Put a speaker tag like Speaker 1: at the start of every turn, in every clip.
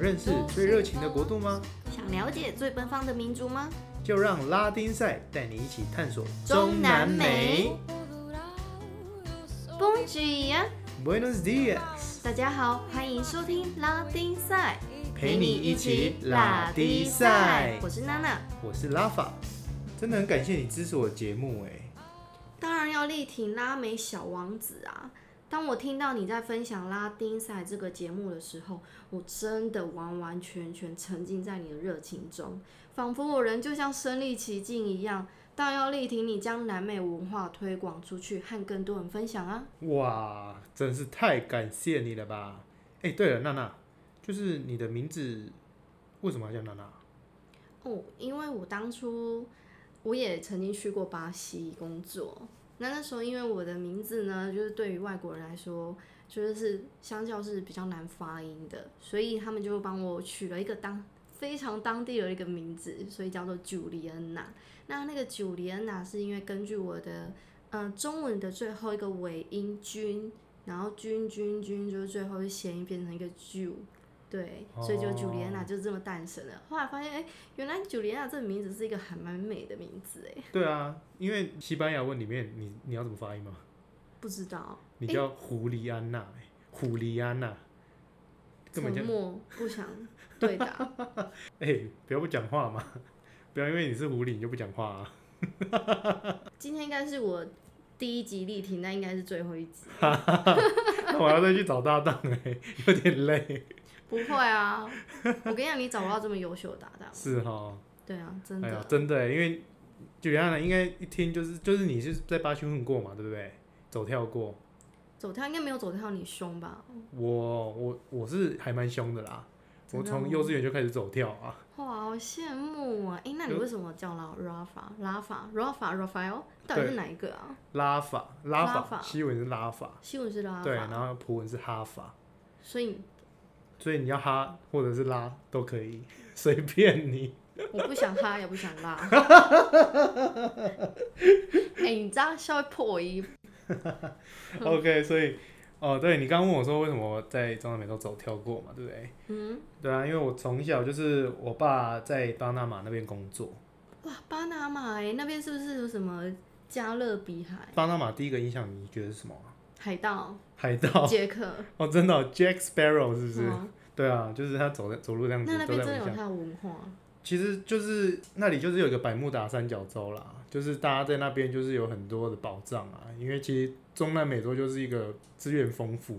Speaker 1: 认识最热情的国度吗？
Speaker 2: 想了解最奔放的民族吗？
Speaker 1: 就让拉丁赛带你一起探索
Speaker 2: 中南美。蹦极呀！
Speaker 1: Buenos dias，
Speaker 2: 大家好，欢迎收听拉丁赛，
Speaker 1: 嗯陪你一起拉低赛
Speaker 2: 我是娜娜，
Speaker 1: 我是拉法，真的很感谢你支持我的节目哎。
Speaker 2: 当然要力挺拉美小王子啊！当我听到你在分享拉丁赛这个节目的时候，我真的完完全全沉浸在你的热情中，仿佛我人就像身临其境一样。当然要力挺你将南美文化推广出去，和更多人分享啊！
Speaker 1: 哇，真是太感谢你了吧！哎，对了，娜娜，就是你的名字为什么要叫 娜娜？
Speaker 2: 哦，因为我当初我也曾经去过巴西工作，那那时候因为我的名字呢，就是对于外国人来说，就是相较是比较难发音的，所以他们就帮我取了一个当非常当地的一个名字，所以叫做九里恩娜。那那个九里恩娜是因为根据我的嗯、呃中文的最后一个尾音君，然后君君君就是最后一谐音变成一个 j 对，所以就九里恩娜就这么诞生了。后来发现，哎、原来九莲娜这个名字是一个还蛮美的名字哎，
Speaker 1: 对啊，因为西班牙文里面你你要怎么发音吗？
Speaker 2: 不知道，
Speaker 1: 你叫胡里安娜，哎胡里安娜，根
Speaker 2: 沉
Speaker 1: 本就
Speaker 2: 默不想对答。
Speaker 1: 哎、不要不讲话嘛， 不要因为你是狐狸你就不讲话啊。
Speaker 2: 今天应该是我第一集力挺，那应该是最后一集。
Speaker 1: 那我要再去找搭档哎、有点累。
Speaker 2: 不会啊，我跟你讲，你找不到这么优秀的搭档。
Speaker 1: 是哈，
Speaker 2: 对啊，真
Speaker 1: 哎
Speaker 2: 的。
Speaker 1: 呀，真的欸、因为九连娜应该一听就是就是你是在巴西混过嘛，对不对？走跳过，
Speaker 2: 走跳应该没有走跳你凶吧？
Speaker 1: 我我我是还蛮凶的啦，我
Speaker 2: 真的哦
Speaker 1: 从
Speaker 2: 吗
Speaker 1: 幼稚园就开始走跳啊。
Speaker 2: 哇，好羡慕啊！哎、那你
Speaker 1: 有
Speaker 2: 为什么叫拉拉法拉法拉法 Raphael？到底是
Speaker 1: 对
Speaker 2: 哪一个啊？
Speaker 1: 拉法拉
Speaker 2: 拉
Speaker 1: 法，
Speaker 2: 法
Speaker 1: 西文是拉法，
Speaker 2: 西文是拉
Speaker 1: 对，
Speaker 2: 法，
Speaker 1: 然后葡文是哈法，
Speaker 2: 所以
Speaker 1: 所以你要哈或者是拉都可以，随便你。
Speaker 2: 我不想哈，也不想 拉。哎、你这样笑会破音。
Speaker 1: OK，所以哦，对你刚刚问我说为什么我在中南美洲走跳过嘛，对不对？
Speaker 2: 嗯，
Speaker 1: 对啊，因为我从小就是我爸在巴拿马那边工作，
Speaker 2: 哇，巴拿马哎、那边是不是有什么加勒比海
Speaker 1: 巴拿马第一个印象你觉得是什么啊？
Speaker 2: 海盗、
Speaker 1: 海 盗
Speaker 2: 杰克？
Speaker 1: 哦，真的、哦、Jack Sparrow 是不是？
Speaker 2: 嗯
Speaker 1: 对啊，就是他走的走路这样
Speaker 2: 那
Speaker 1: 子都
Speaker 2: 那边
Speaker 1: 在
Speaker 2: 真的
Speaker 1: 我想，
Speaker 2: 有它的文化，
Speaker 1: 其实就是那里就是有一个百慕达三角洲啦，就是大家在那边就是有很多的宝藏啊，因为其实中南美洲就是一个资源丰富，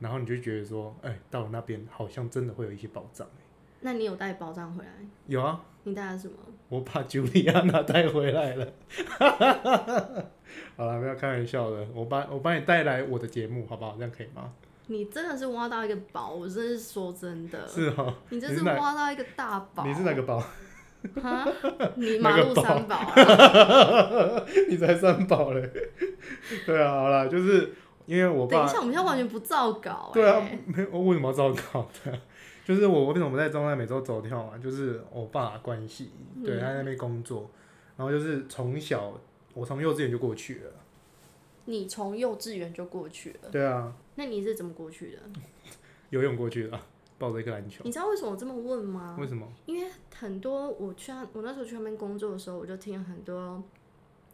Speaker 1: 然后你就觉得说，哎、到了那边好像真的会有一些宝藏、
Speaker 2: 那你有带宝藏回来？
Speaker 1: 有啊，
Speaker 2: 你带了什么？
Speaker 1: 我把茱莉亚娜带回来了。 好了，不要开玩笑了，我把我把你带来我的节目，好不好？这样可以吗？
Speaker 2: 你真的是挖到一个宝，我真是说真的，
Speaker 1: 是哦，
Speaker 2: 你真
Speaker 1: 你
Speaker 2: 是
Speaker 1: 是哪
Speaker 2: 挖到一个大宝。
Speaker 1: 你是哪个宝？
Speaker 2: 哈？ 你
Speaker 1: 哪
Speaker 2: 马
Speaker 1: 个
Speaker 2: 路
Speaker 1: 宝
Speaker 2: 三宝、啊？
Speaker 1: 你才三宝嘞。对啊，好啦，就是因为我
Speaker 2: 等一
Speaker 1: 爸，
Speaker 2: 下，我们现在完全不照稿、哎。
Speaker 1: 对啊，没有我为什么要糟糕的？就是我我为什么在中南美洲走跳嘛？就是我爸的关系，对，
Speaker 2: 嗯
Speaker 1: 他在那边工作，然后就是从小我从幼稚园就过去了。
Speaker 2: 你从幼稚园就过去了，
Speaker 1: 对啊，
Speaker 2: 那你是怎么过去的？
Speaker 1: 游泳过去了，抱着一个篮球。
Speaker 2: 你知道为什么我这么问吗？
Speaker 1: 为什么？
Speaker 2: 因为很多我去那我那时候去那边工作的时候，我就听很多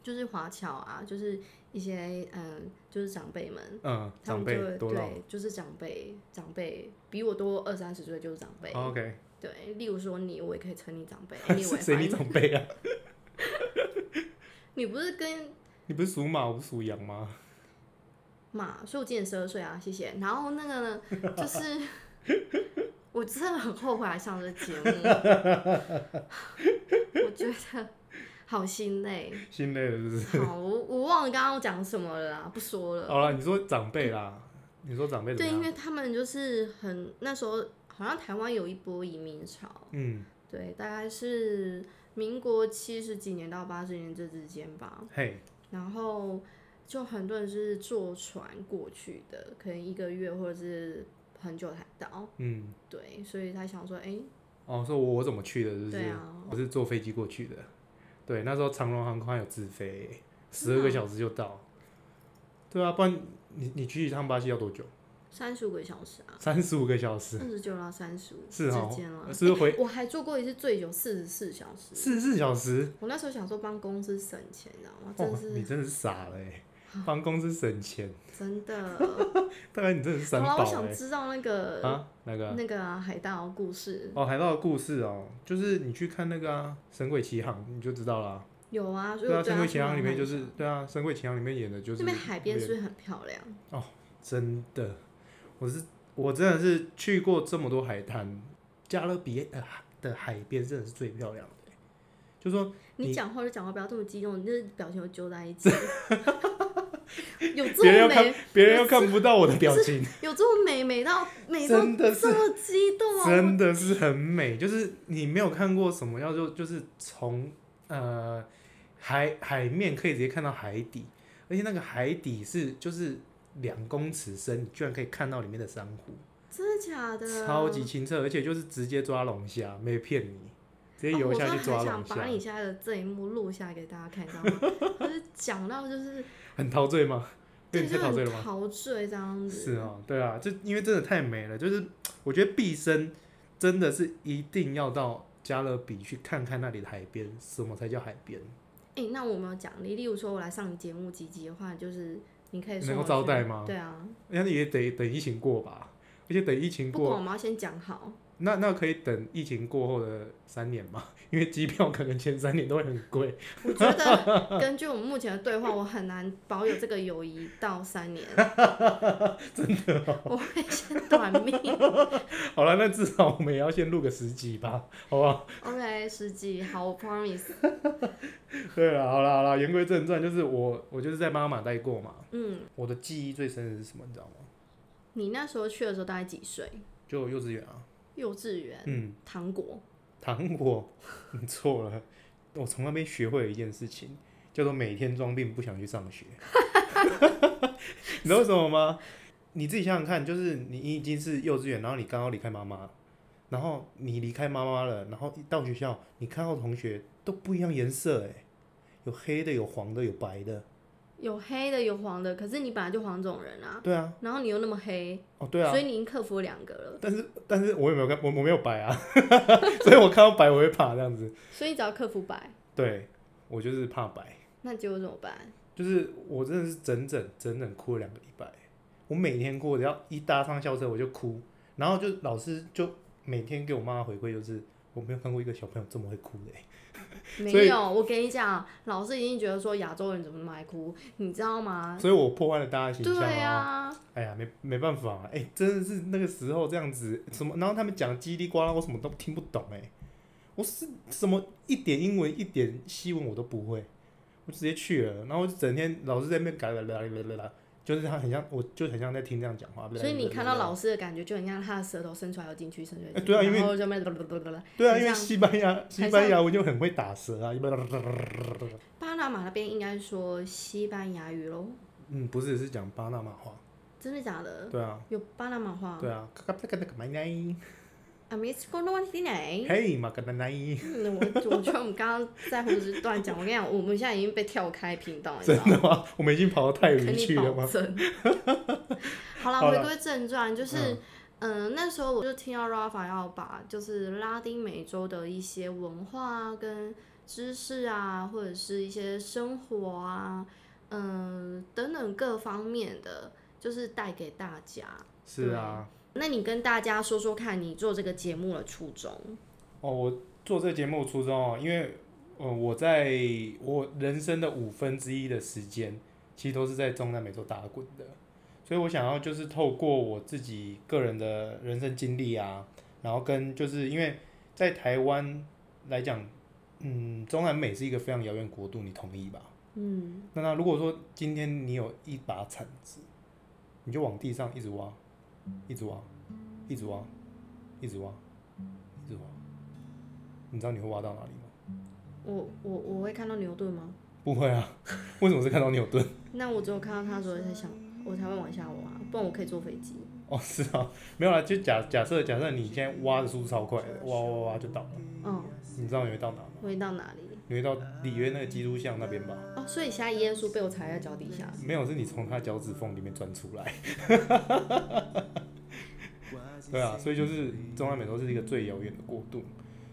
Speaker 2: 就是华侨啊，就是一些嗯，就是长辈们，
Speaker 1: 嗯，
Speaker 2: 他
Speaker 1: 长
Speaker 2: 们
Speaker 1: 辈
Speaker 2: 就
Speaker 1: 多老
Speaker 2: 对，就是长辈，长辈比我多二三十岁就是长辈。
Speaker 1: 哦？OK，
Speaker 2: 对，例如说你，我也可以称你长 辈。
Speaker 1: 是
Speaker 2: anyway，
Speaker 1: 谁你
Speaker 2: 反正
Speaker 1: 长辈啊？
Speaker 2: 你不是跟
Speaker 1: 你不是属马，我不是属羊吗？
Speaker 2: 嘛，所以我今年十二岁啊，谢谢。然后那个呢， 就是我真的很后悔来上这个节目，我觉得好心累。
Speaker 1: 心累了是不是？
Speaker 2: 好，我我忘了刚刚讲什么了啦，不说了。
Speaker 1: 好了，你说长辈啦，你说长辈怎
Speaker 2: 呃对，因
Speaker 1: 么样？
Speaker 2: 为他们就是很那时候，好像台湾有一波移民潮，
Speaker 1: 嗯，
Speaker 2: 对，大概是民国七十几年到八十年这之间吧。
Speaker 1: 嘿，
Speaker 2: 然后就很多人是坐船过去的，可能一个月或者是很久才到。
Speaker 1: 嗯，
Speaker 2: 对，所以他想说，哎、
Speaker 1: 哦，说我我怎么去的，是不
Speaker 2: 对
Speaker 1: 是？
Speaker 2: 啊，
Speaker 1: 我是坐飞机过去的。对，那时候长龙航空还有直飞，啊十二个小时就到。对啊，不然你你去一趟巴西要多久？
Speaker 2: 三十五个小时啊，
Speaker 1: 三十五个小时，
Speaker 2: 二十九到三十五
Speaker 1: 是
Speaker 2: 之
Speaker 1: 哦
Speaker 2: 间了。
Speaker 1: 是不是回
Speaker 2: 欸我还做过一次最久四十四小时，
Speaker 1: 四十四小时，
Speaker 2: 我那时候想说帮公司省钱，你知道吗？
Speaker 1: 哇
Speaker 2: 真，是
Speaker 1: 哦你真的是傻了 欸，帮公司省钱，
Speaker 2: 真的。
Speaker 1: 大概你真的是
Speaker 2: 好
Speaker 1: 三
Speaker 2: 了，我
Speaker 1: 宝
Speaker 2: 想
Speaker 1: 哎
Speaker 2: 知道那个
Speaker 1: 啊，那个
Speaker 2: 那个啊海盗故事
Speaker 1: 哦，海盗的故事哦，就是你去看那个啊《神鬼奇航》，你就知道啦。
Speaker 2: 有啊，所以
Speaker 1: 对啊，
Speaker 2: 我
Speaker 1: 《神鬼奇航》里面就
Speaker 2: 那
Speaker 1: 是
Speaker 2: 很
Speaker 1: 对啊，《神鬼奇航》里面演的就是
Speaker 2: 那边海边
Speaker 1: 演
Speaker 2: 是不是很漂亮？
Speaker 1: 真的，我是我真的是去过这么多海滩，加勒比呃的海边真的是最漂亮的欸。就说
Speaker 2: 你
Speaker 1: 你
Speaker 2: 讲话就讲话，不要这么激动，你这表情又揪在一起。 有这
Speaker 1: 别人要
Speaker 2: 么
Speaker 1: 看
Speaker 2: 美，，
Speaker 1: 别人又看不到我的表情，
Speaker 2: 有这么美，美到美到
Speaker 1: 真的是
Speaker 2: 这么激动啊！
Speaker 1: 真的是很美。就是你没有看过什么叫做，就是从呃海海面可以直接看到海底，而且那个海底是就是两公尺深，你居然可以看到里面的珊瑚。
Speaker 2: 真的假的？
Speaker 1: 超级清澈，而且就是直接抓龙虾，没骗你，直接游
Speaker 2: 哦
Speaker 1: 下去抓
Speaker 2: 我真的
Speaker 1: 龙
Speaker 2: 很想把
Speaker 1: 虾，
Speaker 2: 你现在的这一幕录下来给大家看，你知道吗？就是讲到就是
Speaker 1: 很陶醉吗？被
Speaker 2: 对，
Speaker 1: 你
Speaker 2: 就
Speaker 1: 太陶醉
Speaker 2: 很
Speaker 1: 了吗？
Speaker 2: 陶醉这样子。
Speaker 1: 是哦，对啊，就因为真的太美了，就是我觉得毕生真的是一定要到加勒比去看看那里的海边，什么才叫海边，
Speaker 2: 哎、那我没有讲你，例如说我来上你节目几集的话，就是你可以说
Speaker 1: 能够
Speaker 2: 我
Speaker 1: 招
Speaker 2: 去
Speaker 1: 待吗？
Speaker 2: 对啊，
Speaker 1: 那你也得等疫情过吧，而且等疫情
Speaker 2: 不管
Speaker 1: 过，
Speaker 2: 我们要先讲好。
Speaker 1: 那那可以等疫情过后的三年嘛， 因为机票可能前三年都会很贵。
Speaker 2: 我觉得根据我们目前的对话，我很难保有这个友谊到 三年。真的、
Speaker 1: 哦
Speaker 2: 我会先短命。
Speaker 1: 好了，那至少我们也要先录个十集吧，好不好？
Speaker 2: OK，十几，好，我 promise。
Speaker 1: 对了，好了好了，言归正传，就是我我就是在巴拿马待过嘛。
Speaker 2: 嗯，
Speaker 1: 我的记忆最深的是什么，你知道吗？
Speaker 2: 你那时候去的时候大概几岁？
Speaker 1: 就幼稚园啊，
Speaker 2: 幼稚园，
Speaker 1: 嗯，
Speaker 2: 糖果。
Speaker 1: 糖果， 你错了，我从那边学会了一件事情，叫做每天装病不想去上学。 你知道为什么吗？你自己想想看，就是你已经是幼稚园，然后你刚刚离开妈妈，然后你离开妈妈了，然后一到学校，你看到同学都不一样颜色，哎，有黑的，有黄的，有白的，
Speaker 2: 有黑的，有黄的，可是你本来就黄这种人啊，
Speaker 1: 对啊，
Speaker 2: 然后你又那么黑，
Speaker 1: 哦对啊，
Speaker 2: 所以你已经克服两个了，
Speaker 1: 但是但是我也没有看，我我没有白啊， 所以我看到白我会怕这样子。
Speaker 2: 所以你只要克服白，
Speaker 1: 对，我就是怕白，
Speaker 2: 那结果怎么办？
Speaker 1: 就是我真的是整整整整哭了两个礼拜，我每天哭，我只要一搭上校车我就哭，然后就老师就每天给我妈妈回馈就是。我没有看过一个小朋友这么会哭的、 欸，所
Speaker 2: 没
Speaker 1: 以
Speaker 2: 有，我跟你讲，老师一定觉得说亚洲人怎么那么爱哭，你知道吗？
Speaker 1: 所以我破坏了大家的形象
Speaker 2: 对啊，
Speaker 1: 哎呀，没没办法、啊，哎、真的是那个时候这样子，什么，然后他们讲叽里呱啦，我什么都听不懂、哎，我是什么一点英文一点西文我都不会，我直接去了，然后就整天老师在那边改啦啦啦啦啦，就是他很像，我就很像在听这样讲话。
Speaker 2: 所以你看
Speaker 1: 啦啦
Speaker 2: 到
Speaker 1: 啦啦
Speaker 2: 老师的感觉，就很像他的舌头伸出来又进去，伸出来又进去，
Speaker 1: 哎对啊因为
Speaker 2: 然后就慢慢慢
Speaker 1: 对啊，
Speaker 2: 很
Speaker 1: 因为
Speaker 2: 像
Speaker 1: 西班牙西
Speaker 2: 很
Speaker 1: 班牙文就很会打舌啊，
Speaker 2: 巴拿马那边应该说西班牙语喽，
Speaker 1: 嗯，不是是讲巴拿马话，
Speaker 2: 真的假的？
Speaker 1: 对啊，
Speaker 2: 有巴拿马话
Speaker 1: 对啊，嘎嘎嘎嘎嘎嘛奈，
Speaker 2: 啊，没吃过那问题呢。
Speaker 1: 嘿嘛嘎嘎奈，
Speaker 2: 嗯我我觉得我们刚刚在胡子乱讲，我跟你讲，我们现在已经被跳开频道，你知
Speaker 1: 真
Speaker 2: 道吗？
Speaker 1: 的吗？ 我们已经跑到泰
Speaker 2: 跟
Speaker 1: 语
Speaker 2: 你
Speaker 1: 去了
Speaker 2: 保
Speaker 1: 吗？
Speaker 2: 证。好了，
Speaker 1: 好
Speaker 2: 回
Speaker 1: 啦
Speaker 2: 归正传，就是嗯、呃那时候我就听到 Rafa 要把就是拉丁美洲的一些文化啊、跟知识啊，或者是一些生活啊，嗯、等等各方面的，就是带给大家。
Speaker 1: 是啊。
Speaker 2: 那你跟大家说说看，你做这个节目的初衷？
Speaker 1: 哦，我做这个节目的初衷哦，因为呃，我在我人生的五分之一的时间，其实都是在中南美洲打滚的，所以我想要就是透过我自己个人的人生经历啊，然后跟就是因为在台湾来讲，嗯，中南美是一个非常遥远国度，你同意吧？
Speaker 2: 嗯，
Speaker 1: 那那如果说今天你有一把铲子，你就往地上一直挖，一直挖，一直挖，一直挖，一直挖，你知道你会挖到哪里吗？
Speaker 2: 我我我会看到牛顿吗？
Speaker 1: 不会啊， 为什么是看到牛顿？
Speaker 2: 那我只有看到他的时候才想，我才会往下挖，不然我可以坐飞机。
Speaker 1: 哦，是啊， 没有啦，就假假设假设你现在挖的速度超快的，挖挖挖就到了，
Speaker 2: 嗯，
Speaker 1: 你知道你会到哪吗？
Speaker 2: 会到哪里？
Speaker 1: 你会到里约那个基督像那边吧？
Speaker 2: 哦，所以现在耶稣被我踩在脚底下。
Speaker 1: 没有，是你从他脚趾缝里面钻出来。 对啊，所以就是中南美洲是一个最遥远的国度，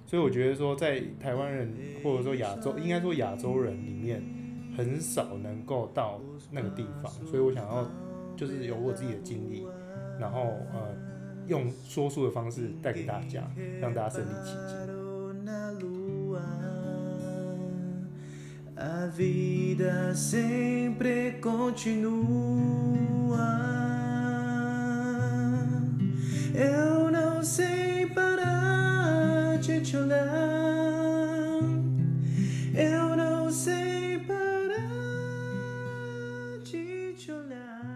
Speaker 1: 所以我觉得说，在台湾人或者说亚洲，应该说亚洲人里面，很少能够到那个地方，所以我想要就是有我自己的经历，然后呃，用说述的方式带给大家，让大家身临其境。
Speaker 3: na lua. A vida sempre continua. Eu não sei parar de te olhar. Eu não sei parar de te olhar.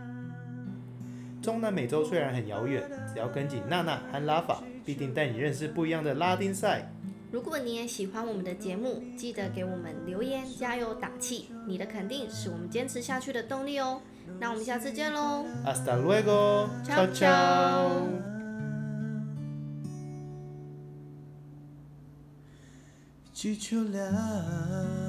Speaker 1: 中南美洲虽然很遥远，只要跟紧娜娜和拉法，必定带你认识不一样的拉丁赛。
Speaker 2: 如果你也喜欢我们的节目，记得给我们留言加油打气，你的肯定是我们坚持下去的动力哦。那我们下次见喽！
Speaker 1: Hasta luego，
Speaker 2: Ciao, ciao
Speaker 3: de te olhar.